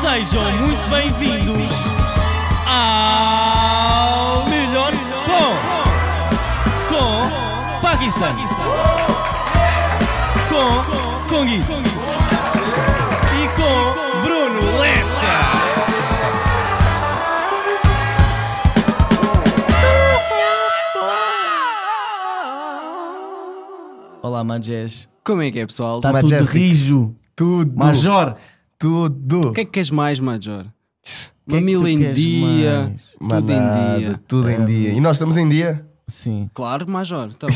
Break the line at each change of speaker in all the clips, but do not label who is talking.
Sejam muito bem-vindos ao Melhor Som com Pakistan. Com Kongi. E com Bruno Lessa. Olá, Manjés.
Como é que é, pessoal?
Está Tá tudo
Majestic.
rijo.
Tudo.
Major.
Tudo.
O que é que queres mais, Major?
que é que
Mamila
tu
em
queres
dia,
mais?
é tudo em
Manada,
dia. É.
Tudo em dia. E nós estamos em dia?
Sim.
Claro, Major. Então,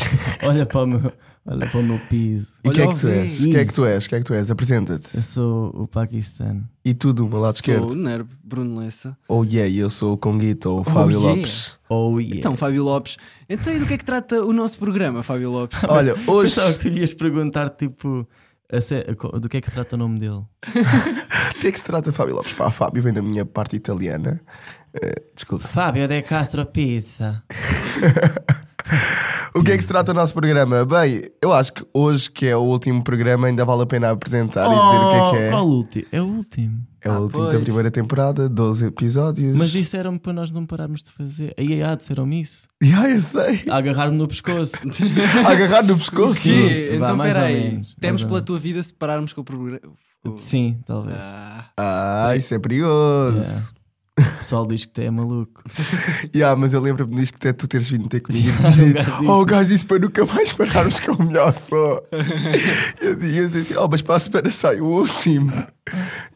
Olha para o meu, olha para o meu piso.
E
Olha
que é
ao
que tu és?
vivo.
que é que tu és? que é que tu és? Apresenta-te.
Eu sou o Pakistan.
E tu do meu lado
sou o
esquerdo.
Nerb Bruno Lessa.
Oh yeah, eu sou o Conguito ou o Fábio
yeah.
Lopes.
Oh yeah.
Então, Fábio Lopes. Então, e do que é que trata o nosso programa, Fábio Lopes?
Olha, hoje
Pensava que tu lhe ias perguntar, tipo, a sé- a co- do que é que se trata o nome dele.
de que é que se trata Fábio Lopes? Pá, Fábio vem da minha parte italiana. Eh, desculpa.
Fábio de Castro Pizza.
O que é que se trata o nosso programa? Bem, eu acho que hoje, que é o último programa, ainda vale a pena apresentar e dizer o que é que é.
Qual o último? É o último.
É o último da
Oh, ah, pois.
primeira temporada, 12 episódios.
Mas disseram-me para nós não pararmos de fazer. Aí há, disseram-me isso.
Yeah, eu sei.
A Agarrar-me no pescoço.
Agarrado no pescoço.
Sim,
vá,
então
mais ou
peraí.
menos, mais
Temos
ou
pela
menos.
tua vida se pararmos com o programa.
Sim, talvez.
Ah,
Ah, isso é perigoso.
Yeah. O pessoal diz que tu é maluco.
Yeah, mas eu lembro-me disto que até tu teres vindo ter comigo e dizer, oh, o gajo disse para nunca mais pararmos com é o melhor só. eu disse eu disse assim, oh, mas para a semana sai o último.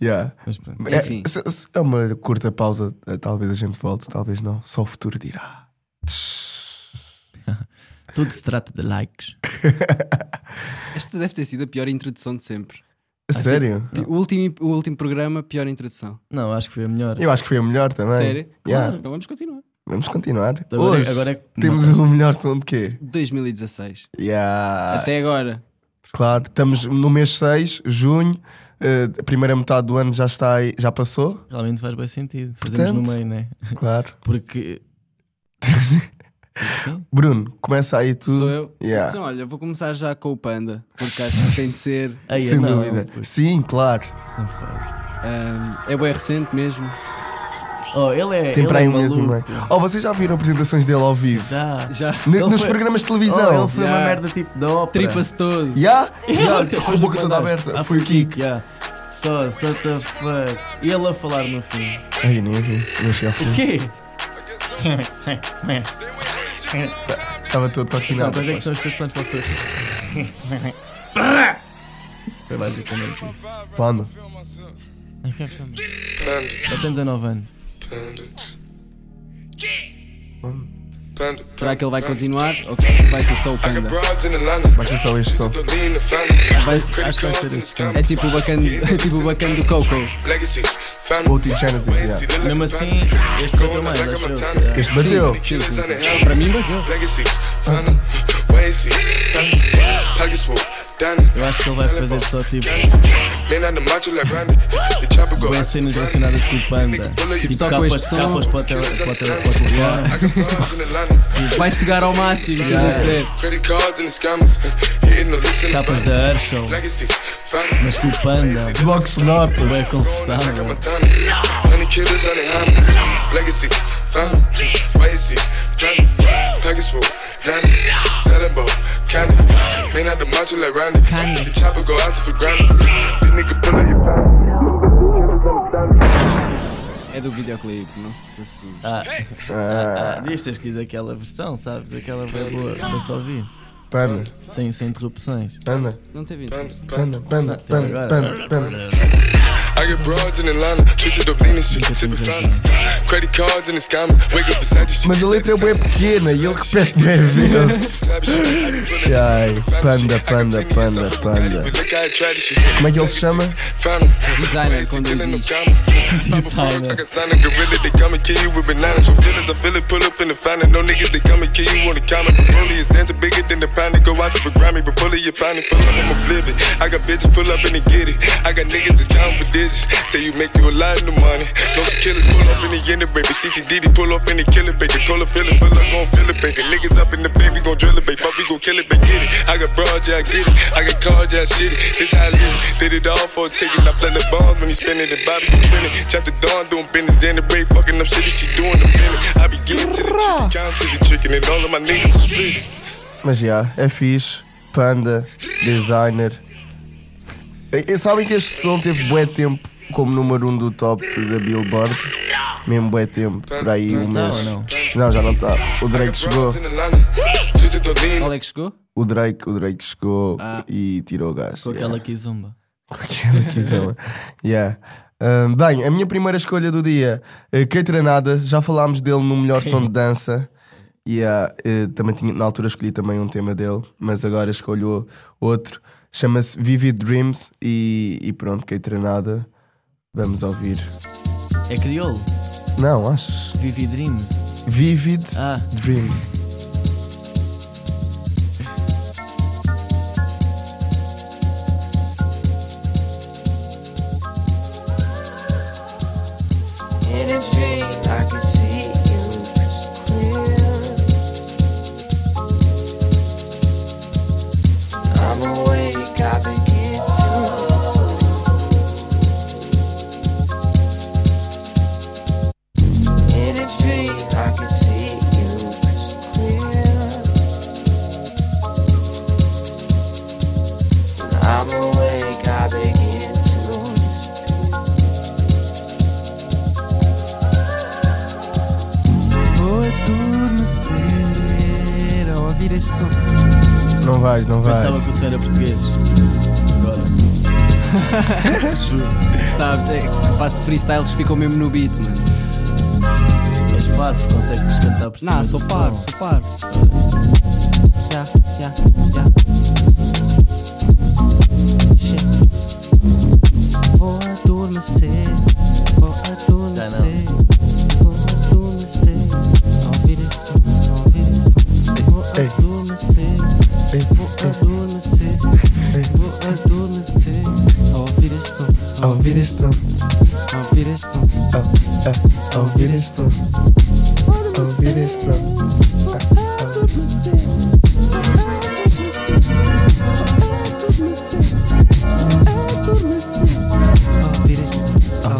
Yeah.
Mas pronto.
É-
Enfim.
se- se- É, uma curta pausa, eh, talvez a gente volte, talvez não, só o futuro dirá.
Tudo se trata de likes.
Esta deve ter sido a pior introdução de sempre.
A sério?
Pi- O último, o último programa, pior introdução.
Não, acho que foi a melhor.
Eu acho que foi a melhor também.
Sério?
Yeah.
Então vamos continuar.
Vamos continuar.
Agora-
Hoje
agora é que-
temos o melhor som de quê?
2016.
Ah.
Yeah.
Até agora.
Claro, estamos no mês 6, junho, eh, a primeira metade do ano já, está aí- já passou.
Realmente faz bem sentido. Fazemos
Portanto-
no meio, né?
Claro.
Porque. Porque sim.
Bruno, começa aí tu.
Sou eu.
Hum. Yeah.
Então, olha, vou começar já com o Panda, porque acho que tem de ser.
Aí,
Sem
não,
dúvida.
pois,
Sim, claro.
não foi.
ahm, é bem recente mesmo.
Oh, ele é.
Tem
ele
para
é
aí um mês e
maluco.
meio. Oh, vocês já viram apresentações dele ao vivo?
Já. Oh,
Já
Ne-
Ele
nos
foi-
programas de
Oh,
televisão.
ele foi
Já.
uma merda tipo da ópera.
tripa-se todo.
Já? Já,
Ele-
tô com a boca toda
mandaste.
aberta.
Ah,
Foi o kick.
já. Só, só the fuck. E ele a falar no fim.
Ai, eu nem vi. Não cheguei ao fim.
Quê?
Estava todo
Então,
toquinado.
quais é que são os teus planos para o futuro? Foi basicamente isso.
Palma.
Eu tenho 19 anos.
Será que ele vai continuar? Ou que vai ser só o Panda?
Vai ser só este som.
Vai ser- acho que vai ser esse som. É tipo o bacana, é tipo o bacana do Coco.
Outro Genesis. yeah.
Mesmo assim, este bateu mais, acho eu. se calhar.
Este bateu.
Para mim, bateu.
Eu acho que ele vai fazer só tipo
Boas
boas cenas relacionadas com o Panda. Tipo
Só com
capas,
este som.
capas para o teu- para o teu- para o telefone.
Vai sugar ao máximo. tipo, é. tudo o que der.
Capas da Herschel, mas com o Panda.
Bloco sonoro.
Bem confortável.
Candy. The chopper go out for granted. The nigga pull up your
É do videoclipe, não se assuste.
Ah, devias ter escolhido aquela versão, sabes? Aquela bem boa para só ouvir.
Panda,
Sem, sem interrupções.
panda,
Não teve interesse.
panda, panda, panda, panda, panda.
I get broads in Atlanta, twisted up lean and shit, sipping fountain. Credit cards and the scammers, wake up beside your shit.
Mas a letra é bué pequena e ele repete 10 vezes. Ai, panda, panda, panda, panda. Como é que ele se chama?
Designer, quando existe.
Designer.
I got bitches pull up and they get it. I got niggas that's counting for digits. Say you make you a lot of the money. No some killers pull up in the end of baby. CTDD pull up in the killer baby. Call a feeling, feel like gon' feel it, baby. Niggas up in the baby gon' drill it, baby. Fuck, we gon' kill it, baby. Get it. I got broad, yeah, I get it. I got cards, yeah, I shit it. This how I live. Did it all for a ticket. I play the bombs when he spinning the Bobby be trending. Chop the dawn, doing business in the break. Fucking up shit, that she doing the minute. I be getting to the chicken, count to the chicken, and all of my niggas is split.
Mas já, é fixe, panda, designer. E- E sabem que este som teve bué tempo como número 1 um do top da Billboard. Mesmo bué tempo, por aí um
tá
mês.
ou não?
Não, já não está. O Drake chegou,
chegou.
Qual é que chegou?
o Drake, o Drake chegou
Ah.
e tirou o gás.
Com aquela kizomba.
Aquela quizomba. yeah. Ahm, bem, a minha primeira escolha do dia, eh, Keitranada, já falámos dele no melhor som de dança. Yeah, eh, também tinha, na altura escolhi também um tema dele, mas agora escolho outro. Chama-se Vivid Dreams e, e pronto, Keitranada. Vamos ouvir.
É crioulo.
Não, achas?
Vivi Dreams.
Vivid
Ah,
Dreams.
In a dream, I can see you clear. I'm awake, I begin to sleep. In a dream, I can see you clear. I'm awake, I begin to sleep.
Vou adormecer ao ouvir este som.
Não vais, não vais.
pensava que o senhor era português. Agora. Juro.
Sabes, é que faço freestyles que ficam mesmo no beat, mano.
És parvo, consegues cantar por cima
Não, sou
do
parvo,
som.
sou parvo. Já, já, já.
Shit. Vou adormecer, vou
Já
adormecer,
não.
vou adormecer. Ao ouvir este som, ao ouvir este som. Vou
Ei.
adormecer, vou adormecer, vou adormecer. Ao ouvir este som, ao ouvir este som, ao ouvir este som.
Ao ouvir este som. Ao ouvir este som.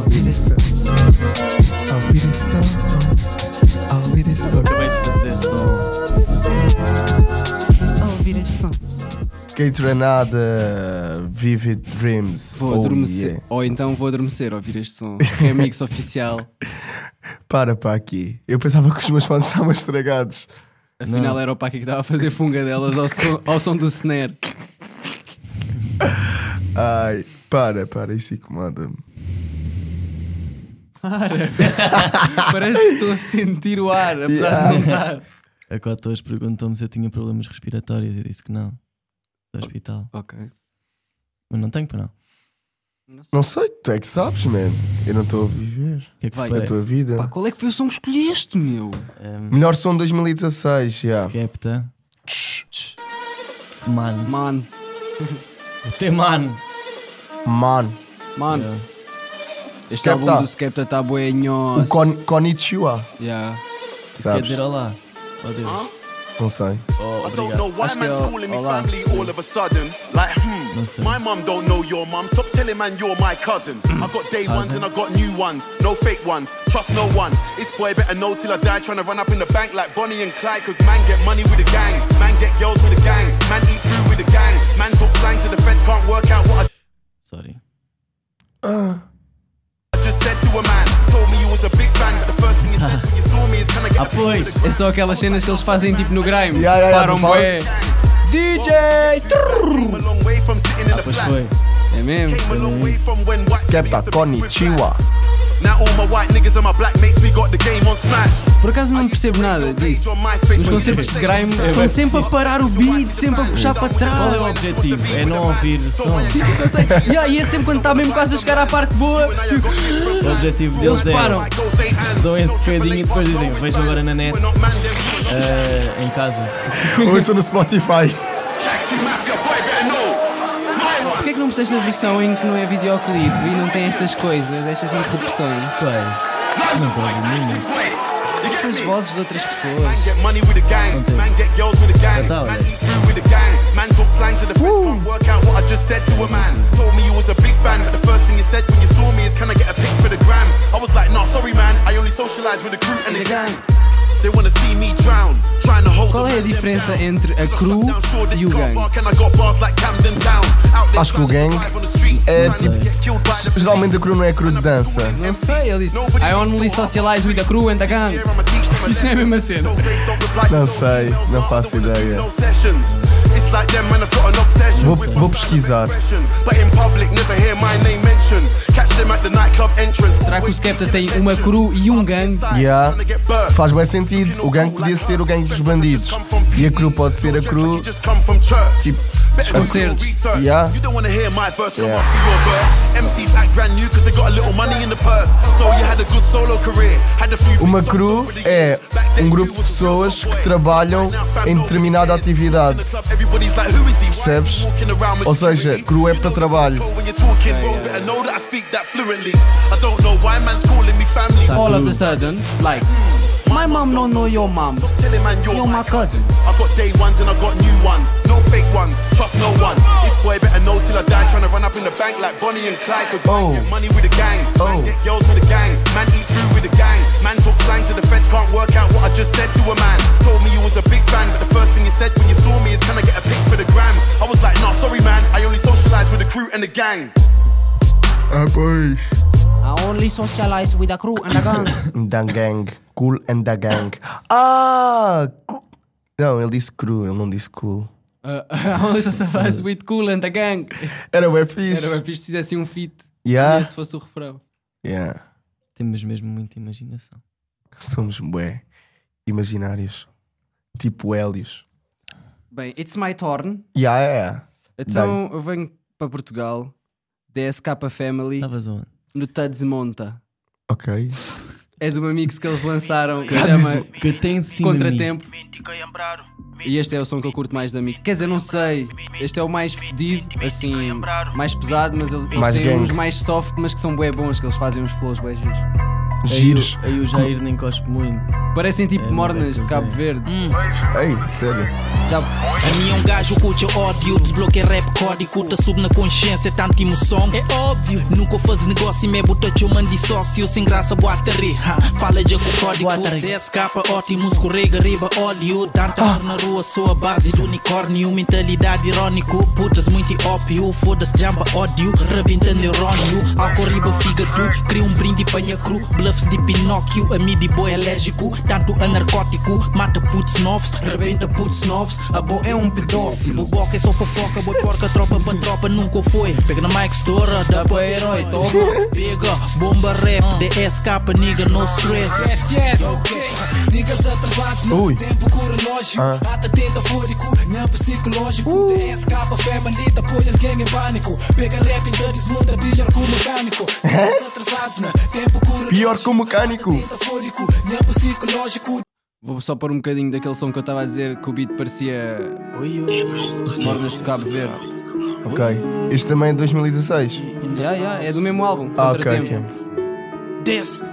Ouvir este som, ao ouvir este som.
Ao ouvir este som. Ao ouvir este som.
Acabei de fazer som.
Ao ouvir este som.
Kate Renada, Vivid Dreams.
Vou
Oh,
adormecer.
yeah.
Ou então vou adormecer ao ouvir este som. Remix oficial.
Para para aqui. Eu pensava que os meus fones estavam estragados.
Afinal
Não.
era o Paca que estava a fazer funga delas ao som, ao som do snare.
Ai, para, para, isso é incomoda-me.
Parece que estou a sentir o ar, apesar de não estar.
A cota hoje perguntou-me se eu tinha problemas respiratórios. Eu disse que não. Do hospital.
Ok.
Mas não tenho para não.
Não sei, tu é que sabes, man. Eu não estou a viver
O que é que
Vai.
vos
a tua
parece?
vida.
Pá, qual é que foi o som que escolheste, meu?
Um,
Melhor som de 2016, já.
Skepta. Mano.
Mano,
Até mano.
Man.
mano.
Yeah.
Este
Skepta.
álbum do Skepta está bué
O
nhós.
con Konnichiwa.
Yeah.
Quer
Sabes?
dizer olá. Oh Deus.
Não sei.
Oh,
I don't know
obrigado.
why
Acho que é
man's
o-
calling me
olá.
family all of a sudden. Like, hmm,
That's it.
my mum don't know your mum. Stop telling man you're my cousin. I got day ones and I got new ones. No fake ones. Trust no one. This boy better know till I die. Trying to run up in the bank like Bonnie and Clyde. Cause man get money with a gang. Man get girls with a gang. Man eat food with a gang. Man talk slang so the fence can't work out what I
Sorry.
just said to a man. Told me you was a big fan, but the first thing you said when you saw me is can I get
Ah,
a picture with
pois.
a
É só aquelas cenas que eles fazem tipo no grime.
Yeah, yeah, yeah,
Param
do pau.
bué. DJ!
Came a long way from sitting in the
Pois
flat.
foi.
É mesmo?
Came a long way from when white
Skepta,
used to be
Konnichiwa.
Now all my white niggas and my black mates, we got the game on smash.
Por acaso não percebo nada disso. Nos concertos de grime estão sempre a parar o beat, sempre a puxar para
Qual é o
trás.
objetivo? É não ouvir o som.
Eu sei. Yeah, e é sempre quando está mesmo quase a chegar à parte boa. Tipo,
O objetivo
Eles
deles é
param.
dão esse bocadinho e depois dizem, vejo agora na net. eh, em casa.
Ouçam no Spotify.
Porquê é que não puseste a versão em que não é videoclipe e não tem estas coisas, estas interrupções?
Quais? Não estou a ouvir nenhum.
Essas
Eh,
vozes de outras pessoas.
Man get money with a gang,
Okay.
man get girls with a gang,
That's how
man
it is.
eat food with a gang, man talk slang so the friends can't work out what I just said to a man. Told me you was a big fan, but the first thing you said when you saw me is can I get a pic for the gram? I was like, nah, sorry man, I only socialize with the crew and the gang. They wanna see me drown, trying to hold
Qual
the
é a
man them
diferença
down.
entre a
'Cause I
crew
shut down sure that
e o
you
gang?
can't bark and I got bars like Camden Town. Out there
Acho que o
trying to
gang
survive on the streets,
é
trying not to
tipo-
get killed by the
Geralmente a crew não é crew de dança.
Não sei, ele disse I only socialize with the crew and the gang. Isso não é a mesma cena.
Não sei, não faço ideia. Vou- vou pesquisar.
Será
que o Skepta tem uma crew e um gangue?
Yeah. Faz bem sentido. O gangue podia ser o gangue dos bandidos. E a crew pode ser a crew, tipo,
concertos.
Yeah.
You don't wanna hear my verse, come
Yeah.
after your verse. MCs act brand new 'cause they got a little money in the purse. So you had a good solo career, had a few big
Uma
songs
crew
over the
é
years. Back then
um
you
grupo de
was a real
pessoas
fuckboy.
que trabalham
Right now, fam,
em
no
determinada
weekends. In
atividade.
the club, everybody's like, "Who is he? Why is he
Percebes?
walking around with
Ou
you
seja,
really?"
crew é
You
para
know
trabalho.
that when you're talking, bro, better know that I speak that fluently. I don't know why man's calling me family.
All of a sudden, like My mom don't know your mom.
Stop telling man you're
You're my
my cousin.
cousin.
I got day ones and I got new ones. No fake ones, trust no one. This boy better know till I die. Tryna run up in the bank like Bonnie and Clyde. Cause man
Oh.
get money with a gang. Man
Oh.
get girls with a gang. Man eat food with a gang. Man talk slang so the feds can't work out what I just said to a man. Told me you was a big fan, but the first thing you said when you saw me is can I get a pic for the gram? I was like, nah, sorry man. I only socialize with the crew and the gang.
Ah, pois.
I only socialize with the crew and the gang.
Da gang. Cool and da gang. Ah! cu- Não, ele disse crew, ele não disse cool.
Uh, I only socialize with cool and the gang.
Era o
Era bem
fixe.
fixe se fizessem um feat. E
Yeah.
esse fosse o refrão.
Yeah.
Temos mesmo muita imaginação.
Somos bué imaginários. Tipo Hélios.
Bem, it's my turn.
Yeah, yeah.
Então eu venho para Portugal. DSK Family
Estavas onde?
no Tuds Monta.
Ok.
É de uma mix que eles lançaram que se
Tuds
chama
Que tem sim.
Contratempo. E este é o som que eu curto mais da mix. Quer dizer, não sei. Este é o mais fedido, assim, mais pesado, mas eles, eles
Mais
têm
gang.
uns mais soft, mas que são bué bons, que eles fazem uns flows bué giros.
Giros.
Aí o Jair nem cospe muito.
Parecem tipo
É,
mornas de
é,
Cabo
é.
Verde.
Ei, sério.
Já
A mim é um gajo cujo ódio desbloqueia rap código, te sub na consciência, tanta emoção. É óbvio, nunca faz negócio e me bota de um sócio sem graça, boate ri. ha. Fala de com código,
Boate ri.
10 capa ótimo, escorrega, riba, óleo. Tanta dor na rua, sou a base do unicórnio. Mentalidade irónico, putas muito ópio. Foda-se, jamba, ódio, rebenta neurônio. Álcool, riba, fígado, cria um brinde, panha cru. Bluffs de Pinóquio, amide boi alérgico. Tanto a narcótico, mata putos novos, rebenta putos novos. A boa é um pedófilo. Boca é só fofoca, boi porca, tropa pra tropa, nunca foi. Pega na mic, estoura, dá pra herói, toma. Pega, bomba rap, DSK, nigga, no stress.
Yes, ok. Niggas atrasados no
Ui.
tempo cronológico. Ata tenta fúrico, não psicológico. DSK, family, te apoia alguém em pânico. Pega rap, então desmonta, pior que o mecânico. Niggas atrasados no tempo cronológico.
Pior que o mecânico.
Tenta fúrico, não psicológico.
Vou só pôr um bocadinho daquele som que eu estava a dizer que o beat parecia Mornas de Cabo Verde.
Ok. Este também é de 2016.
Yeah, yeah, é do mesmo álbum,
Ah, ok.
Contratempo.
ok.
desce.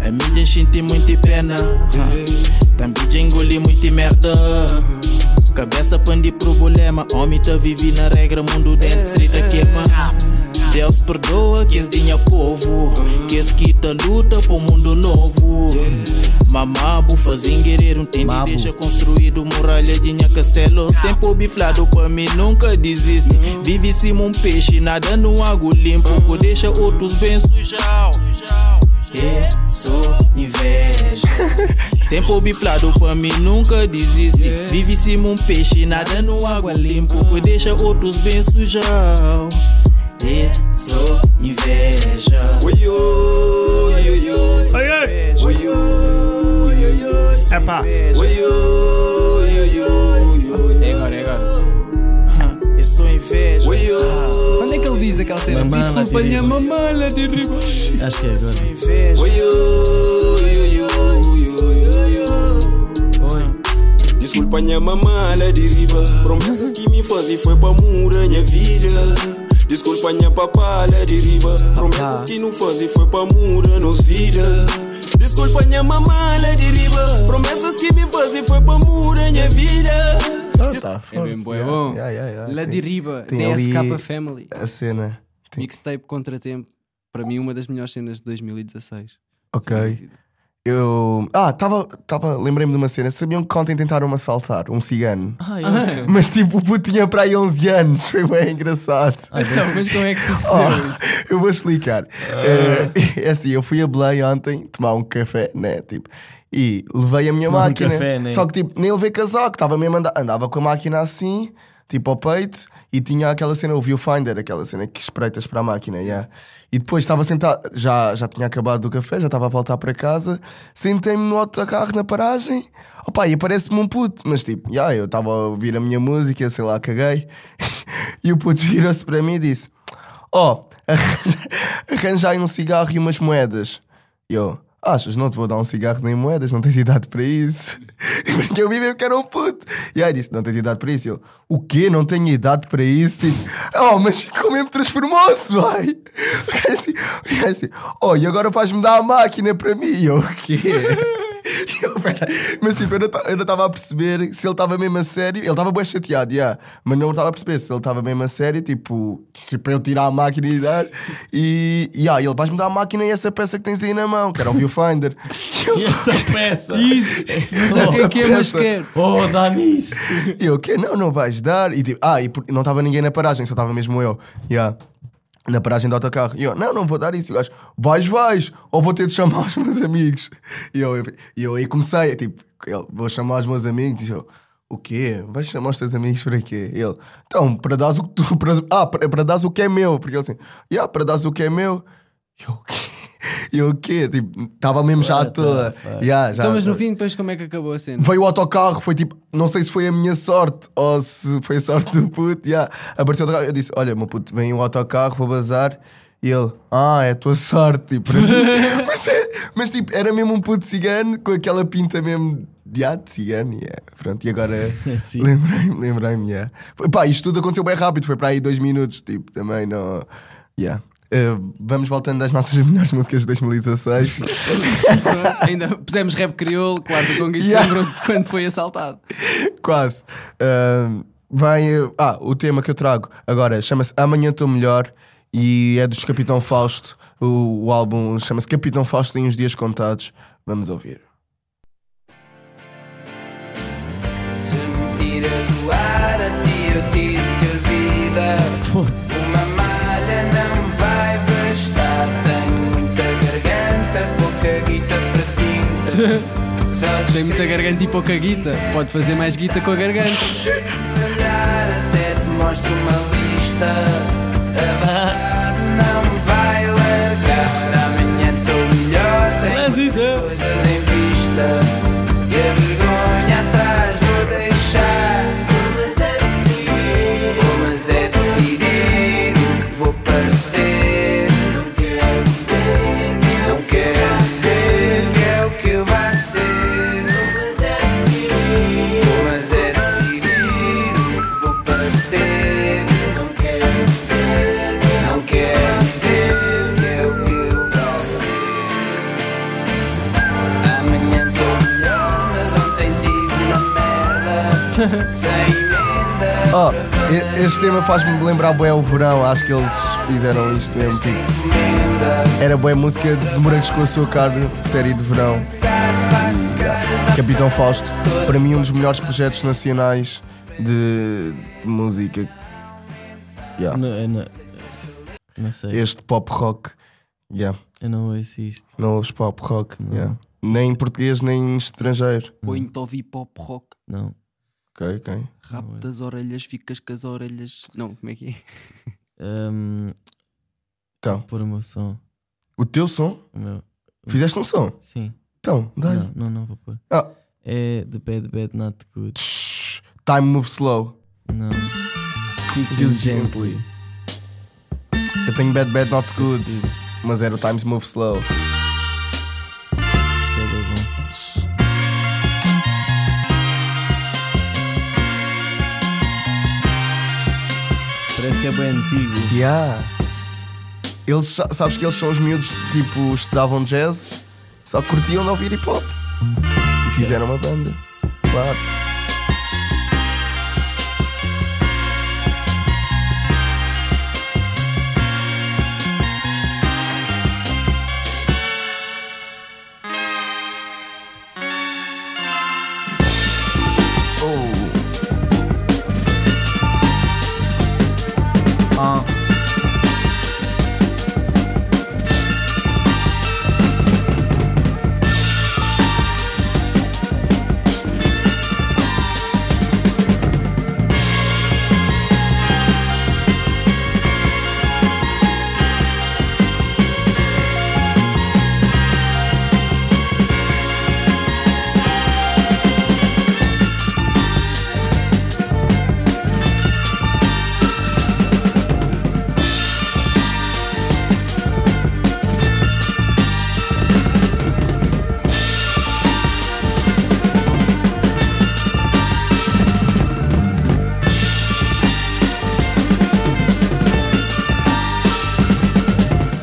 A mídia sente muita pena. Também já engoli muita merda. Cabeça pande problema. Homem tá vive na regra, mundo dentro, estrita queima. Deus perdoa que dinha é povo. Que es quita luta pro mundo novo. Mamabo fazem guerreiro, um tende
Mabo.
deixa construído muralha de minha castelo. Sempre obiflado pra mim, nunca desiste. Vive cima um peixe, nada num água limpo. Que deixa outros bem sujal. Eu sou inveja. Sempre obiflado pra mim, nunca desiste. Vive cima um peixe, nada num água limpo. Que deixa outros bem sujal. Eu sou inveja. Oi, oi, oi, oi. Oi, oi, oi, oi. Sou inveja. Oi, oi, oi, oi, oi, oi.
É agora, é agora.
Eu sou inveja. Oi, oi,
Quando é que ele diz aquela cena?
Mamãe,
Desculpa,
lá te
minha
digo.
mamãe, lá de riba.
Acho que é agora.
inveja. Oi, oi, oi, oi, oi, oi, oi.
Desculpa a minha mamala de riba Promessas que me fazem foi pra mura minha vida Desculpa a minha papala de riba Promessas que não fazem foi pra mura nos vida Desculpa a minha mamala de riba Promessas que me fazem foi pra mura minha vida
Ah, tá,
É bem bom, é
yeah,
bom.
yeah, yeah, yeah.
La
Tem-
Deriba,
tem
TSK
ali-
Family.
A cena. Tem-
Mixtape Contratempo. Para mim, uma das melhores cenas de 2016.
Ok. Ah, Eu. Ah, tava. tava Lembrei-me de uma cena. Sabiam que ontem tentaram assaltar um cigano.
Ah, eu sei.
Mas tipo, o puto tinha para aí 11 anos. Foi bem engraçado.
Então, mas como é que se
Oh, eu vou explicar.
Ah.
Eh, é assim, eu fui a Belém ontem tomar um café, né? Tipo, e levei a minha
Tomar um
máquina.
café, né?
Só que tipo, nem levei casaco, estava mesmo anda- andava com a máquina assim, tipo ao peito, e tinha aquela cena, o viewfinder, aquela cena que espreitas para a máquina. yeah. E depois estava sentado, já, já tinha acabado do café, já estava a voltar para casa, sentei-me no autocarro na paragem. Opa, e aparece-me um puto, mas tipo, yeah, eu estava a ouvir a minha música, sei lá, caguei. e o puto virou-se para mim e disse: Ó, oh, arranjai um cigarro e umas moedas. E Eu, achas, não te vou dar um cigarro nem moedas, não tens idade para isso. Porque eu vi mesmo que era um puto. E aí disse, não tens idade para isso. E Ele, o quê? Não tenho idade para isso? Tipo, oh, mas ficou mesmo transformou-se, vai. O gajo assim, o gajo assim, oh, e agora vais-me dar a máquina para mim? E eu, o quê? E eu, pera, mas tipo, eu não ta- eu não estava a perceber se ele estava mesmo a sério. Ele estava bem chateado, yeah, mas não estava a perceber se ele estava mesmo a sério. Tipo, se para eu tirar a máquina e dar. E, e ah, ele vais-me dar a máquina e essa peça que tens aí na mão, que era o viewfinder. E eu,
E essa peça?
Mas
Nossa,
é que é, mas
pensa.
quer.
Oh, dá-me isso.
E eu, que não, não vais dar. E tipo, ah, e por- não estava ninguém na paragem, só estava mesmo eu. Yeah. Na paragem do autocarro. E eu, não, não vou dar isso. E o gajo, vais, vais, ou vou ter de chamar os meus amigos. E eu, e eu aí comecei, tipo, ele, vou chamar os meus amigos. E eu, o quê? Vais chamar os teus amigos para quê? E ele, então, para dares o que tu. Para, ah, para, para dares o que é meu. Porque ele assim, yeah, para dares o que é meu. E eu, o quê? E eu, o quê? Tipo, estava mesmo já à
What the
toa.
fuck?
Yeah, já
Então, mas
à
no
toa.
fim, depois, como é que acabou a cena?
Veio o autocarro, foi tipo, não sei se foi a minha sorte ou se foi a sorte do puto. Yeah. Apareceu o autocarro, eu disse: Olha, meu puto, vem o autocarro, vou bazar. E ele, ah, é a tua sorte. tipo, para mim. mas, é- mas, tipo, era mesmo um puto cigano com aquela pinta mesmo de, ah, de cigano. Yeah. Pronto, e agora
Sim.
lembrei-me, lembrei-me. Yeah. Foi- Pá, isto tudo aconteceu bem rápido, foi para aí dois minutos. Tipo, também não. Yeah. Uh, vamos voltando às nossas melhores músicas de 2016.
Pronto, Ainda pusemos rap crioulo, claro que o Conga se
Yeah.
lembrou de quando foi assaltado.
Quase. Ahm, vai, eh, ah, o tema que eu trago agora chama-se Amanhã Estou Melhor e é dos Capitão Fausto. O, o álbum chama-se Capitão Fausto em uns dias contados. Vamos ouvir.
Se me tiras o ar a ti eu tiro-te a vida Uma malha não vai bastar Tenho muita garganta, pouca guita para tinta Só
Tem muita garganta e pouca guita. Pode fazer mais guita com a garganta.
desfalhar até te mostro uma lista A verdade não me vai largar Amanhã estou melhor,
Mas
tenho
isso é-
muitas coisas em vista E a vergonha atrás vou deixar Mas é decidir Mas é decidir o que vou parecer Não quero dizer Não quero dizer que é o que vai ser Mas é decidir Mas é decidir o que vou parecer Não quero dizer Não quero dizer que é o que eu vai ser Amanhã estou melhor, mas ontem tive uma merda. Sem emenda.
Oh, e- este tema faz-me lembrar bué o verão. Acho que eles fizeram isto mesmo. Tipo, era bué música de morangos com açúcar, série de verão. Capitão Fausto, para mim um dos melhores projetos nacionais de, de música. Yeah.
Não, não, não sei,
este pop rock. Yeah.
eu não ouço isto.
Não ouves pop rock. Yeah. Nem em português, nem em estrangeiro.
Põe-te a ouvir pop rock.
Não.
Ok, ok.
Rap
Não é.
das orelhas, ficas com as orelhas. Não, como é que é?
Ahm,
Então,
Ehm, pôr o meu som.
o teu som?
O meu.
Fizeste um som?
Sim.
Então, dá-lhe.
Não, não, não vou pôr.
Ah.
É The Bad Bad Not Good.
Tsh, Time move slow.
Não. Speak
Diz
gently.
Eu tenho bad, bad, not good. Mas era o Times Move Slow.
Isto é bem bom. é bem antigo.
Yeah. Eles, sa- sabes que eles são os miúdos que tipo, estudavam jazz, só curtiam de ouvir hip hop. E fizeram uma banda. Claro. Oh.
Ah,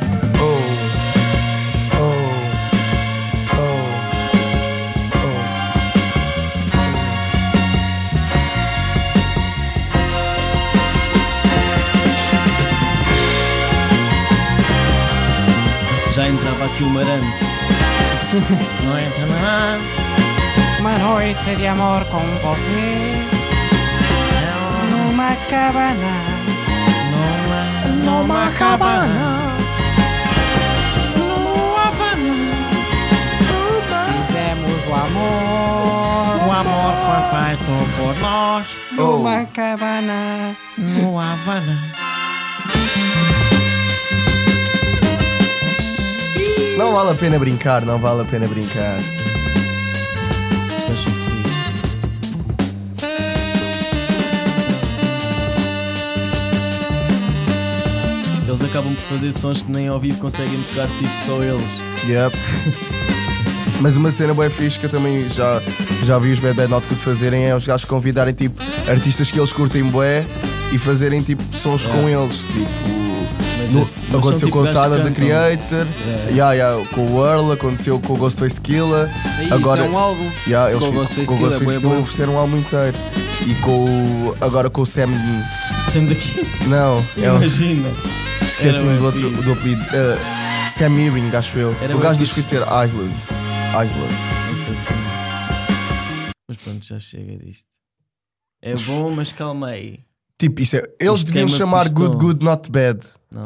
Oh, oh, oh, oh.
já entrava aqui o Marante. Não entra nada.
Uma noite de amor com você
Não,
numa cabana.
não é. há.
Numa cabana No Havana Fizemos o amor
O amor foi feito por nós
Oh,
Numa cabana
no Havana.
Não vale a pena brincar, não vale a pena brincar.
Tá Eles acabam por fazer sons que nem ao vivo conseguem tocar, tipo só eles.
Yep. Mas uma cena bem fixe que eu também já, já vi os Bad Bad Not Good fazerem é os gajos convidarem tipo artistas que eles curtem bué e fazerem tipo sons
Yeah.
com eles. Tipo.
É. Mas
no-
esse- mas são
aconteceu
tipo
com o
gajos que
Tyler the
cantam.
Creator,
Yeah.
yeah, yeah, com o Earl, aconteceu com o Ghostface Killer.
Isso
Agora-
é um álbum.
Yeah, eles
Com o
ficam-
Ghostface
com o
Killer, bué
Ghostface
bom.
Killer ofereceram um álbum inteiro. E com o, agora com o Sam.
É. Sendo daqui,
Não, é o.
imagina.
Esqueci-me
Era
do
bem
outro
fixe.
do apelido. eh, Sam Earing, acho eu.
Era
o
bem
gajo dos
fixe.
Twitter Islands. Island.
Não sei como. Mas pronto, já chega disto. É bom, mas calma aí.
Tipo, isso é. Eles
Isto
deviam
queima
chamar
pistão.
Good Good Not Bad.
Não,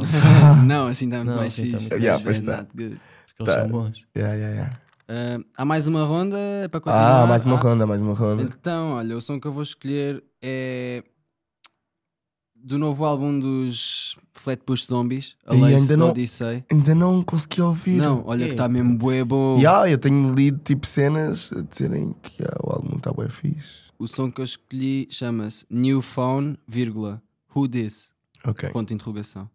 não, assim está muito
Não,
mais
assim
fixe. É
está muito
tá Yeah, mais pois fixe. está.
Not good.
porque
Tá.
eles são bons.
Yeah, yeah, yeah.
Ah, há mais uma ronda é para continuar.
Ah, mais uma ronda, mais uma ronda.
Então, olha, o som que eu vou escolher é do novo álbum dos Flatbush Zombies, a
E
Lace
ainda
da
não-
Odyssey.
Ainda não consegui ouvir.
Não, olha que
Ei.
está mesmo bué bom.
Yeah, eu tenho lido tipo cenas a dizerem que ah, o álbum está bem fixe.
O som que eu escolhi chama-se New Phone, vírgula, Who This?
Ok.
Ponto de interrogação.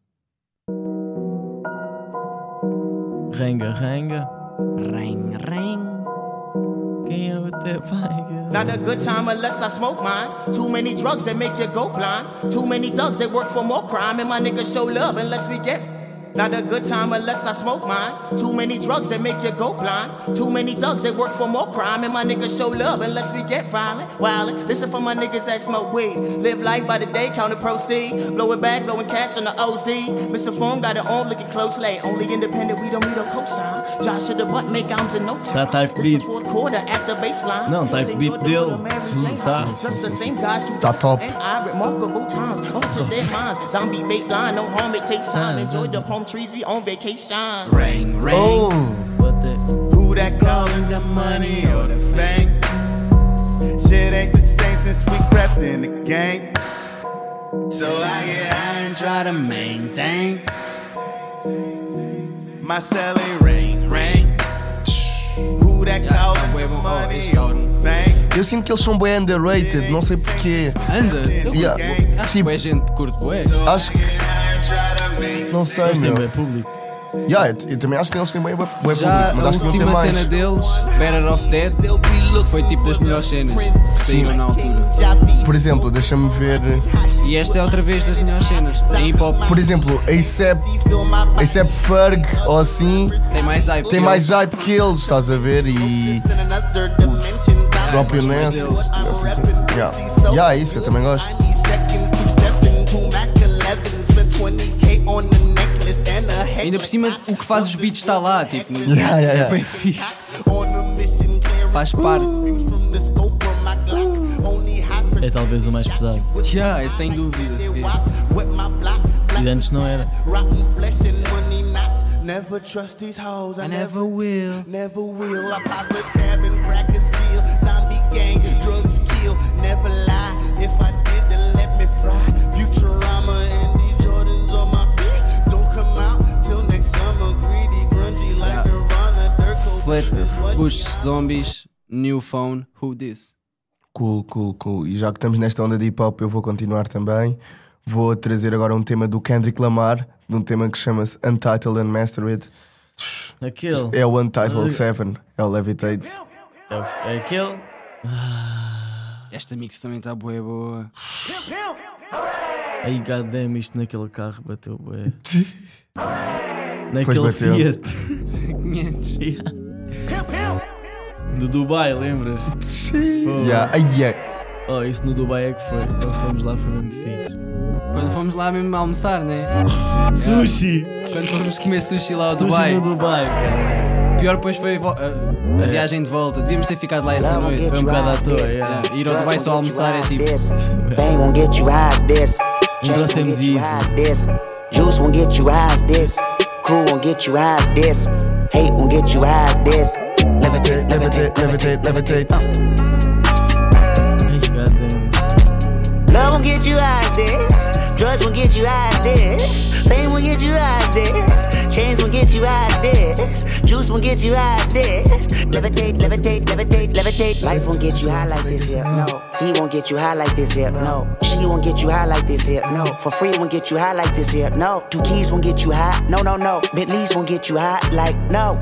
Renga, renga. Quem é o teu pai?
Tá,
Not a good time unless I smoke mine. Too many drugs that make you go blind. Too many thugs that work for more crime. And my niggas show love unless we get. Not a good time unless I smoke mine. Too many drugs that make you go blind. Too many thugs that work for more crime. And my niggas show love unless we get violent. Wildin'. Listen for my niggas that smoke weed. Live life by the day, count and proceed. Blow it back, blowing cash on the OZ. Mr. Form got it on, looking close late. Only independent, we don't need a co-sign. Joshua the butt make arms in no time.
That type
This the
beat.
fourth quarter at the baseline.
Não, tá beat Mm, dele. Sim, tá.
Tá top.
And I remarkable times, up to their minds. Zombie bait line, no harm, it takes time. Enjoy the palm trees, we on vacation.
Ring, ring.
Oh!
Who that calling the money or the fame? Shit ain't the same since we crept in the game. So I get high and try to maintain my selling ring, ring. Who that
Yeah,
calling
wait,
the
wait, oh,
money
it's
or the fame?
Eu sinto que eles são bem underrated, não sei porquê.
Anda! Eu curto
Yeah.
bué. Acho que
Tipo-
bué gente que curte bué.
Acho que.
I try to maintain
Não sei,
Isto
meu.
é bem público.
Yeah, eu, eu também acho que eles têm bem, bem
Já
público, mas
a
acho que não tem
última
mais.
cena deles, Better Off Dead, foi tipo das melhores cenas que saíram na altura.
Por exemplo, deixa-me ver.
E esta é outra vez das melhores cenas. Em hip hop
Por exemplo, ASAP, ASAP Ferg ou assim,
tem mais hype.
tem
que
mais
eles.
hype que eles, estás a ver? E. O próprio
mais
Nest. é assim
deles.
Yeah. yeah, é isso, eu também gosto.
Ainda por cima, o que faz os beats está lá, tipo.
Yeah, yeah, yeah.
É bem fixe. Faz parte.
Uh.
É talvez o mais pesado.
Yeah, é sem dúvida. se calhar.
E de antes não era.
Rotten flesh and money knots. Never trust these hoes. I, never, will. Never will. I pop a tab and crack a seal. Zombie gang, drugs kill. Never lie. If I did, then let me fry. Futurama and these Jordans on my feet. Don't come out till next summer. Greedy, grungy like Nirvana. Dirk
Flat, Bush, Zombies, New Phone, Who This?
Cool, cool, cool. E já que estamos nesta onda de hip hop, eu vou continuar também. Vou trazer agora um tema do Kendrick Lamar, de um tema que chama-se Untitled and Mastered.
Aquele.
É o Untitled
Ah.
7, é o Levitate.
É, é aquele.
Esta mix também está boa, boa.
Aí, goddamn, isto naquele carro bateu, bué. Naquele
bateu.
Fiat.
500.
Yeah. Do Dubai, lembras-te? Fogo.
Yeah. Ai, yeah.
Oh, isso no Dubai é que foi. Quando fomos lá foi mesmo fixe.
Quando fomos lá mesmo almoçar, né?
Sushi!
Quando fomos comer sushi lá ao
Sushi
Dubai.
no Dubai, cara.
Pior depois foi a, vo- a- a
É.
viagem de volta. Devíamos ter ficado lá essa noite.
Foi um bocado à toa, yeah.
Yeah, Ir ao Dubai só almoçar é tipo.
Fame won't get you eyes this.
Nós
Chains won't
temos
get you
easy.
eyes this. Juice won't get you eyes this. Crew won't get you eyes this. Hate won't get you eyes this. Levitate, levitate, levitate, levitate. Uh.
Ai, goddamn.
Love won't get you eyes this. Drugs won't get you eyes this. Fame won't get you eyes this. Chains won't get you eyes this. Juice won't get you eyes this. Levitate, levitate, levitate, levitate. Life won't get you high like this here. No. He won't get you high like this here. No. She won't get you high like this here. No. For free won't get you high like this here. No. Two keys won't get you high. No, no, no. Bentleys won't get you high like no.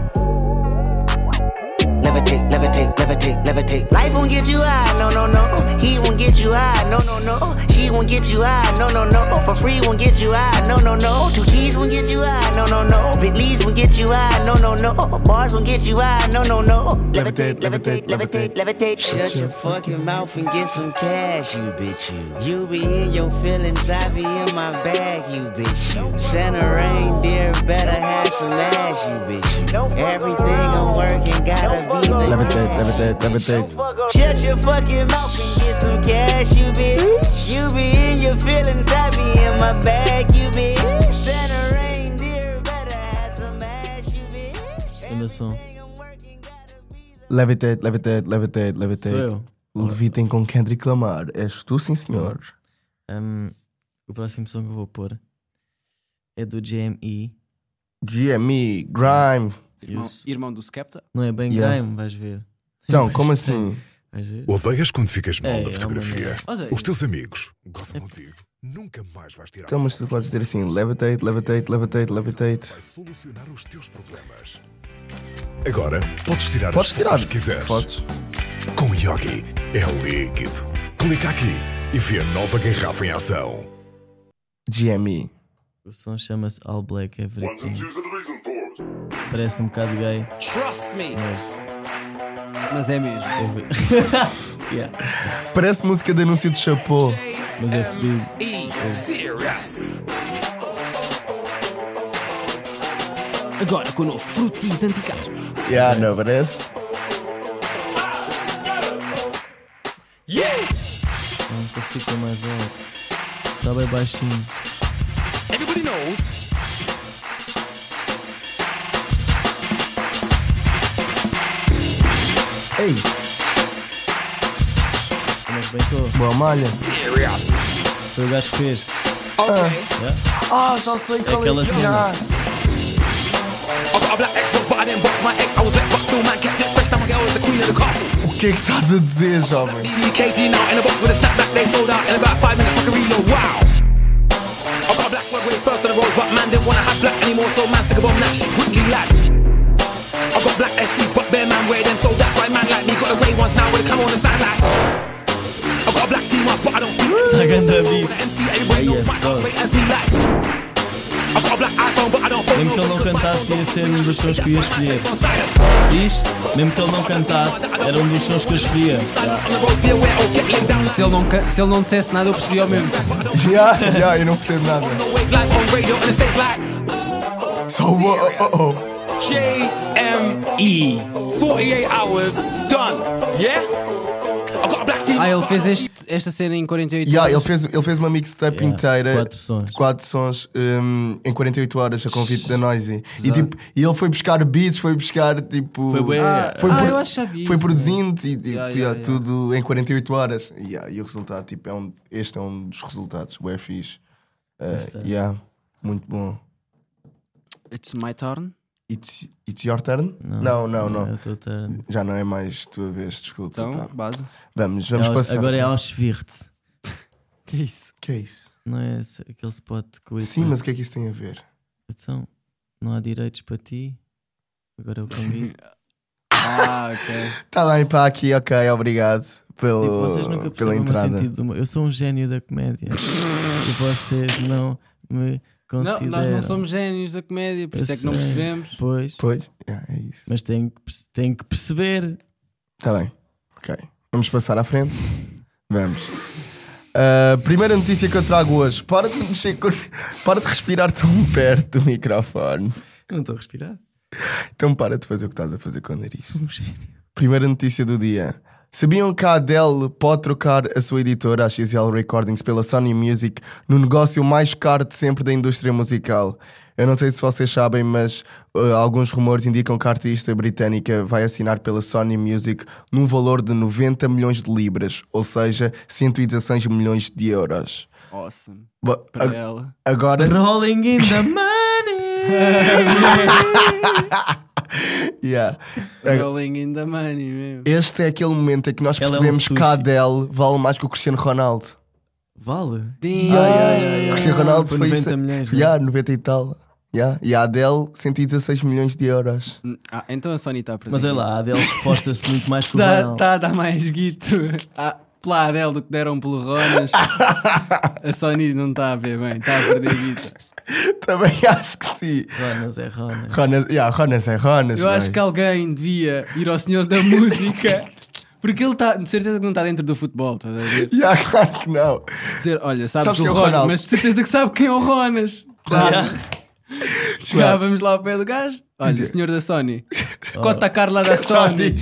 Levitate, levitate, levitate, levitate. Life won't get you high, no, no, no. He won't get you high, no, no, no. She won't get you high, no, no, no. For free won't get you high, no, no, no. Two keys won't get you high, no, no, no. Big leaves won't get you high, no, no, no. Bars won't get you high, no, no, no. Levitate, levitate, levitate, levitate.
Shut your fucking mouth and get some cash, you bitch. You, you be in your feelings, I be in my bag, you bitch. You. Santa reindeer better have some ass, you bitch. You. Everything I'm working gotta be the
Levitate, levitate, levitate.
Shut your fucking mouth and get some cash, you bitch. You be in your feelings, I be in my bag, you bitch. Santa reindeer better have some ass, you bitch.
Ainda som.
Levitate, levitate, levitate, levitate.
Sou eu.
Levitem com Kendrick Lamar. És tu, sim, senhor.
Ahm, Hum, o próximo som que eu vou pôr é do GME.
GME, Grime.
Irmão, irmão do Skepta?
Não é bem
Yeah.
Grime, vais ver.
Então,
Vais
como
ver.
assim?
Vais ver.
Odeias quando ficas mal
É, é
na
uma
fotografia.
merda. Odeio.
Os teus amigos gozam contigo. Nunca mais vais tirar
Então, mas tu podes dizer assim: levitate, levitate, levitate, levitate.
solucionar os teus problemas. Agora podes tirar
Podes
as
tirar
fotos que quiseres.
fotos.
Com Yogi é líquido. Clica aqui e vê a nova garrafa em ação.
GME.
O som chama-se All Black Everything. Parece um bocado gay.
Trust me!
Mas.
Mas é mesmo.
Ouvi. yeah.
Parece música de anúncio de chapô.
Mas é fedido.
E,
Serious. Agora com o novo Frutis Anticas.
Yeah, não parece?
Yeah! Não consigo pôr mais alto. Está bem baixinho.
Everybody knows.
Ei!
Mas é bem estou.
Boa malha.
Serious. Foi o gajo que fez.
Ok.
Yeah.
Ah, já sei
É aquela cena.
I got a black Xbox, but I didn't box my ex. I was vexed, but still man kept it fresh. Now my girl is the queen of the castle.
O que é que estás a dizer, jovem?
BBKT now in a box with a snapback. They sold out in about five minutes. Fucking reload. Wow. I got a black sword way first on the road, but man didn't wanna have black anymore, so man stick a bomb that shit quickly, lad. I got black SCs, but bare man wear them, so that's why man like me got the grey ones now when they come on the stand like. I got a black ski mask, but I don't ski.
Tá ganda beat. é
Everybody knows my house wait as we like. I got a black iPhone, but I don't phone
Mesmo que
no
ele não cantasse, ia ser um dos sons que eu ia escolher. Diz? Mesmo que ele não cantasse, era um dos sons que eu escolhia.
Se ele não, ca- se ele não dissesse nada, eu percebi ao mesmo.
Já, já, eu não percebo nada.
wake like on radio and the states like
So, oh, oh, oh.
JME. 48 E. hours done. Yeah? I got a black ski
Ah, ele fez este- esta cena em 48
Yeah, ele,
horas.
fez, ele fez uma mixtape inteira
quatro sons.
de quatro sons hum, em 48 horas a convite da Noisy. E, tipo, e ele foi buscar beats, foi buscar tipo.
Foi bué-
foi
Ah,
pro-
eu acho que já vi
foi
isso.
produzindo e tipo,
Yeah, yeah,
yeah,
yeah.
tudo em 48 horas. Yeah, e o resultado, tipo, é um, este é um dos resultados. O fixe.
tá.
Este é.
Uh, yeah, muito bom.
It's my turn.
It's, it's your turn? Não, não, não. Já não é mais tua vez, desculpa.
Então,
pá.
base.
Vamos, vamos
É ao-
passar.
Agora é Auschwitz.
Que isso?
Que é isso?
Não é esse- aquele spot que o
Sim, mas o que é que isso tem a ver?
Então, não há direitos para ti. Agora eu convido.
Ah, ok.
Tá bem, pá, aqui, ok, obrigado pelo,
Tipo, vocês
pela
nunca perceberam o meu
entrada.
sentido do humor. Eu sou um gênio da comédia. e vocês não me
Não,
consideram.
nós não somos génios da comédia, por
Eu
isso é que não
sei.
percebemos.
Pois,
Pois, yeah, é isso.
mas tenho que, perce- tenho que perceber.
Tá bem, ok. Vamos passar à frente? Vamos. Ah, primeira notícia que eu trago hoje. Para de mexer com... Para de respirar tão perto do microfone.
Eu não estou a respirar.
Então para de fazer o que estás a fazer com o nariz.
Sou um gênio.
Primeira notícia do dia. Sabiam que a Adele pode trocar a sua editora, a XL Recordings, pela Sony Music no negócio mais caro de sempre da indústria musical? Eu não sei se vocês sabem, mas uh, alguns rumores indicam que a artista britânica vai assinar pela Sony Music num valor de 90 milhões de libras, ou seja, 116 milhões de euros.
Awesome.
Ba-
Para
a-
ela.
agora.
Rolling in the money.
Yeah. Agora-
Rolling in the money mesmo.
Este é aquele momento em que nós
Ela é um
percebemos que a
sushi.
Adele vale mais que o Cristiano Ronaldo.
Vale.
O Cristiano Ronaldo
Foi
foi
90
isso-
milhões, não é?
Yeah, 90 e tal. Yeah. E a Adele, 116 milhões de euros.
Ah, então a Sony está a perder.
Mas olha lá, a Adele esforça-se muito mais que o
Tá,
Está
Ronaldo.
tá a dar mais guito ah, pela Adele do que deram pelo Ronas. a Sony não está a ver bem, está a perder guito.
Também acho que sim.
Ronas é Ronas.
Ronas, yeah, Ronas é Ronas.
Eu acho
mãe.
que alguém devia ir ao Senhor da Música. Porque ele está, de certeza que não está dentro do futebol, estás a ver?
Yeah, claro que não.
Dizer, olha, sabes,
Sabes
o
quem é o
Ronas,
Ronaldo?
mas de certeza que sabe quem é o Ronas. Claro. Chegávamos lá ao pé do gajo. Olha, senhor da Sony. Cota a Carla da Sony.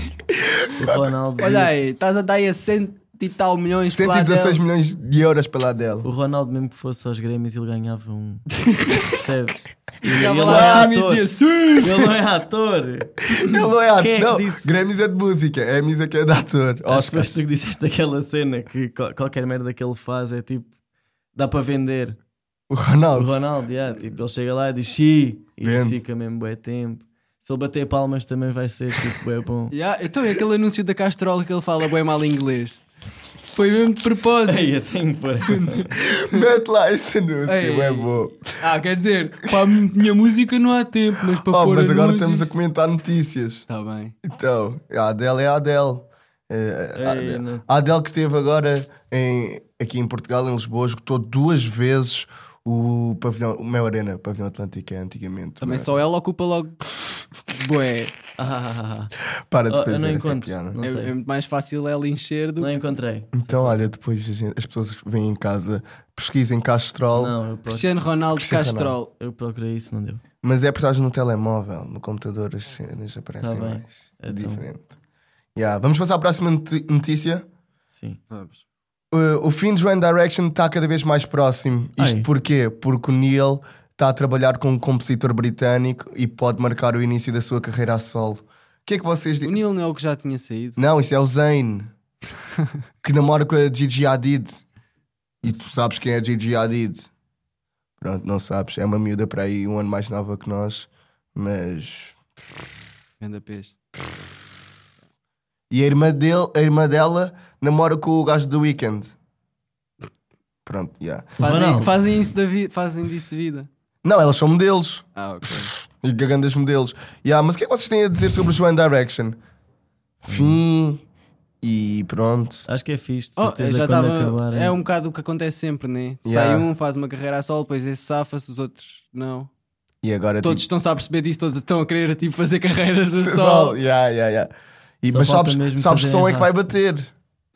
O Ronaldo,
Olha aí, estás a dar aí a cento e tal milhões pela
116
Adele.
milhões de euros pela Adele.
o Ronaldo, mesmo que fosse aos Grêmios, ele ganhava um. Percebes? Ele,
Chegava
ele
lá
é
acima e
ator.
dizia, sim,
Ele não é ator.
Ele não é ator.
Quem é que
não,
disse?
Grêmios é de música. É a misa que é de ator.
Acho que
Oscar.
foste tu que disseste aquela cena que qual- qualquer merda que ele faz é tipo. Dá para vender.
O
O
Ronaldo.
Ronaldo, yeah, tipo, ele chega lá e diz xiii, e
Vende.
isso fica mesmo bué tempo. Se ele bater palmas também vai ser tipo bué bom.
Yeah, então é aquele anúncio da Castrol que ele fala bem mal inglês. Foi mesmo de propósito.
Ei, eu tenho que pôr essa.
Mete lá esse anúncio.
Ei.
É bom.
Ah, quer dizer, para a minha música não há tempo, mas para
Oh,
pôr
mas agora
anúncios-
estamos a comentar notícias.
Tá bem.
Então, a Adele é a Adele. Eh, a
Ei,
Adele.
não.
A Adele que esteve agora em- aqui em Portugal, em Lisboa, esgotou duas vezes o pavilhão, o Mel Arena, pavilhão Atlântico é antigamente.
Também
mas-
só ela ocupa logo. Bué,
Ah,
Para de
Oh, eu
fazer
não
essa
encontro.
piada.
Não
é,
sei.
é muito mais fácil ela encher do
não é?
que
encontrei.
Então, olha, depois a gente- as pessoas que vêm em casa, pesquisem Castrol,
Não, eu, pro-
Cristiano Ronaldo
Cristiano
Castrol.
eu procurei isso, não deu.
mas é por causa no telemóvel, no computador as cenas aparecem
Tá bem.
mais. É
Então.
diferente. Yeah, Vamos passar à próxima noti- notícia.
Sim.
Uh, o fim de One Direction está cada vez mais próximo. Isto
Ai.
porquê? Porque o Neil está a trabalhar com um compositor britânico e pode marcar o início da sua carreira a solo. O que é que vocês
O
dizem?
Neil não é o que já tinha saído.
Não, isso é o Zayn, que namora com a Gigi Hadid. E tu sabes quem é a Gigi Hadid? Pronto, não sabes. É uma miúda para aí, um ano mais nova que nós. Mas.
Venda peixe.
E a irmã, dele, a irmã dela namora com o gajo do Weekend. Pronto, yeah.
Fazem, fazem, isso da vida, fazem disso vida.
Não, elas são modelos.
Ah, ok.
E grandes modelos. Yeah, mas o que é que vocês têm a dizer sobre os One Direction? Fim e pronto.
Acho que é fixe, de
Oh,
certeza,
já
quando
tava-
acabar.
é um bocado o que acontece sempre, né?
Yeah.
Sai um, faz uma carreira a solo, depois esse safa-se, os outros não.
E agora
todos
tipo,
estão-se a perceber disso, todos estão a querer tipo, fazer carreiras de
Sol,
solo.
yeah, yeah, yeah. E,
Só
mas
falta
sabes,
mesmo
sabes que
fazer
só um é que vai
raça.
bater.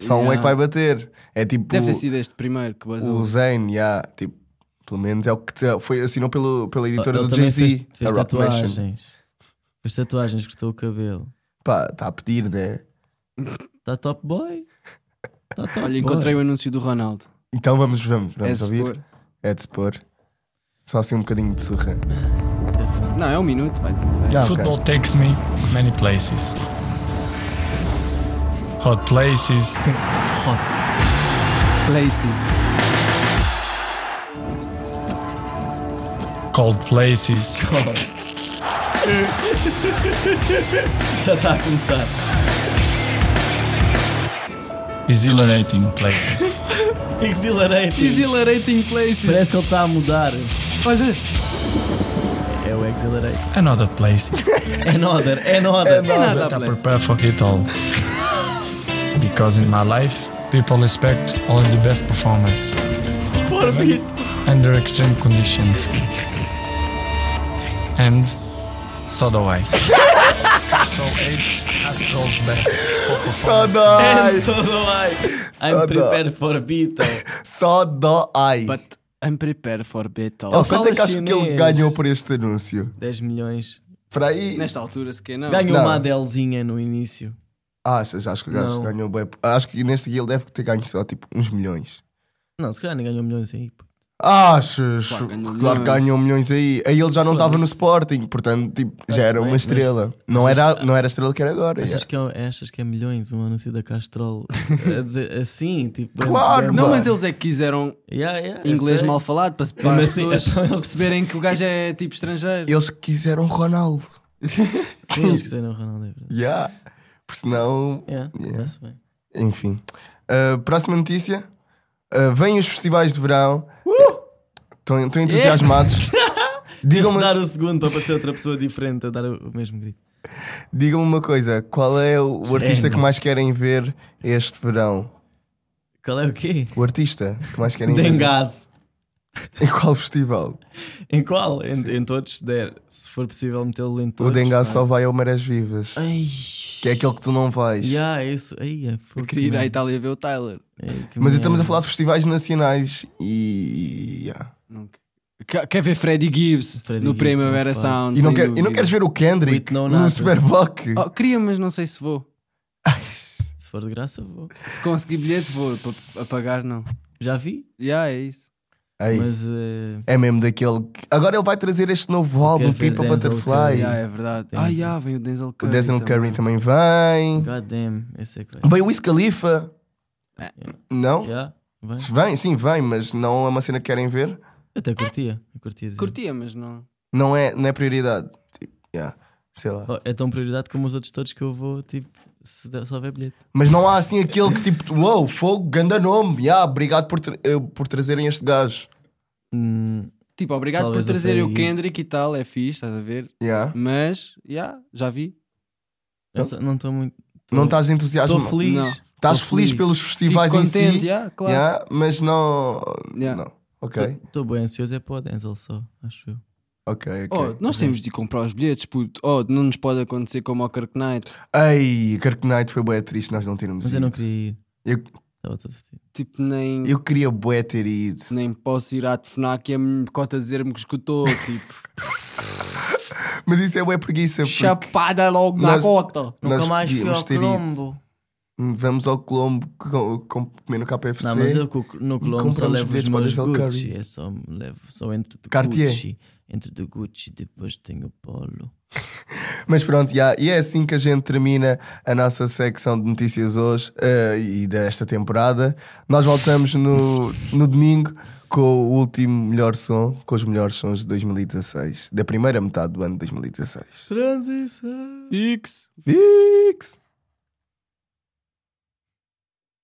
Só um é
Yeah.
que vai bater. É tipo.
Deve ter sido este primeiro que basou.
O Zayn, yeah, tipo, pelo menos é o que te- foi assinou pelo, pela editora
Ele
do
também fez-
Jay-Z, a
Fez
Rock Nation.
tatuagens. Fez tatuagens, cortou o cabelo.
Pá, está a pedir, né?
Está top boy. Tá top
Olha, encontrei o
boy.
anúncio do Ronaldo.
Então vamos, vamos,
É de
vamos
se
ouvir.
pôr.
É de se pôr. Só assim um bocadinho de surra.
Não, é um minuto, vai. vai.
Ah, ok.
Football takes me many places. Hot places. Hot
places.
Cold places.
Já está a começar.
Exhilarating places.
Exhilarating.
Exhilarating places.
Parece que ele está a mudar.
Olha.
É o exhilarating.
Another places.
Another, another.
I
tá
prepare for it all. because in my life, people expect only the best performance.
Poor bit.
Under extreme conditions. and so do I. Control 8 Astro's best for
É
performance.
And so do I.
So
I'm
do I.
prepared for Beatle.
Só dó ai.
But I'm prepared for battle.
Oh, quanto é que acho que ele ganhou por este anúncio?
10 milhões.
Para aí.
Nesta altura, se quer não.
Ganhou
Não.
uma Adelzinha no início.
Achas? Acho que o gajo
Não.
ganhou bem. Acho que neste aqui ele deve ter ganho só tipo uns milhões.
Não, se calhar nem ganhou milhões aí. pô.
Achas?
Claro, ganhou
Claro que
milhões.
ganhou milhões aí. Aí ele já não estava no Sporting, portanto tipo, já era
bem,
uma
mas- é-
estrela. Não era, não era a estrela que era agora.
Achas,
yeah.
que é, achas que é milhões um anúncio da Castrol a dizer assim? Tipo,
um
Não, mas eles é que quiseram
Yeah,
É
yeah, eu
inglês
sei.
mal falado para, para
Mas
as
assim,
pessoas
então eles-
perceberem que o gajo é tipo estrangeiro.
Eles quiseram Ronaldo.
Sim, eles quiseram o Ronaldo. é verdade.
Yeah. Por senão.
Yeah,
yeah.
tá-se bem.
Enfim. Uh, próxima notícia. Uh, vêm os festivais de verão.
Uh!
Estão estão entusiasmados. Digam-me
Devo Tipo, dar
se-
o segundo para aparecer outra pessoa diferente a dar o o mesmo grito.
Digam-me uma coisa, qual é o o artista
Gênio.
que mais querem ver este verão?
Qual é o quê?
O artista que mais querem ver.
Dengaze.
Em qual festival?
Em qual? Em, em todos, se der. Se for possível metê-lo em todos.
o Dengaze
pá.
só vai ao Marés Vivas.
Ai.
Que é aquele que tu não vais.
Yeah, é isso. Ai, é fogo,
Eu queria ir
man.
à Itália ver o Tyler.
Ei, que
Mas estamos a
merda.
falar de festivais nacionais e. yeah.
Quer- Quer ver Freddie Gibbs no
Gibbs,
Primavera
não faz.
Sound?
é um E não,
sem
quer, e não
dúvida.
queres ver o Kendrick
With no
no
notice.
Superbock?
Oh, queria, mas não sei se vou.
Se for de graça, vou.
Se conseguir bilhete, vou. Para pagar, não.
Já vi?
Já, é isso.
Ei,
Mas. eh,
É mesmo daquele. que- Agora ele vai trazer este novo álbum,
ver
People
Denzel
Butterfly.
Curry.
Já, é verdade.
Denzel.
Ah, já, vem o Denzel
O
Curry.
Denzel Curry também vem.
God damn, esse é que vai.
Vem o Wiz Khalifa. Não?
É. Yeah, vai.
Vem, sim, vem, mas não é uma cena que querem ver.
Até curtia. eu curtia de ver.
Curtia, mas não.
Não é, não é prioridade. Tipo, yeah, sei lá.
Oh, É tão prioridade como os outros todos que eu vou, tipo, se der- só houver bilhete.
Mas não há assim aquele que tipo, uou, fogo, ganda nome. Yeah, obrigado por, tra- eh, por trazerem este gajo.
Hum,
Tipo, obrigado
Talvez
por trazer
até
o
isso.
Kendrick e tal, é fixe, estás a ver?
Yeah.
Mas, já, já vi.
eu só- não estou muito.
Não tá- estás entusiasmado.
Estou feliz.
Não.
Estás
Tô
feliz
feliz.
pelos festivais
Fico
em
contente,
si.
yeah, claro.
yeah, mas não.
Yeah.
Não. Ok,
Estou bem ansioso, é para o Denzel só, acho eu.
ok, ok.
Oh, nós temos de ir comprar os bilhetes, puto. Oh, não nos pode acontecer como ao Kirk Knight.
Ei, Kirk Knight foi bué triste, nós não tínhamos
Mas eu
ido.
não queria ir. assim.
Eu,
Estava todo fedido.
Tipo, nem,
eu queria bué ter ido.
nem posso ir à FNAC e a minha cota dizer-me que escutou. Tipo,
Mas isso é bué preguiça. porque
chapada logo na
Nós-
cota.
Nunca
nós
mais fui
podíamos
ao
ter ido.
Colombo.
Vamos ao Colombo com, com, comer no KFC.
Não, mas eu co- no Colombo só
compramos
levo os
bilhetes para o
meus
Denzel
Gucci.
Curry.
É só, me levo, só entre do
Cartier.
Gucci. Entre do Gucci, depois tenho o Polo.
Mas pronto, já. e é assim que a gente termina a nossa secção de notícias hoje eh, e desta temporada. Nós voltamos no, no domingo com o último melhor som, com os melhores sons de 2016, da primeira metade do ano de 2016.
Transição.
Fix.
Fix!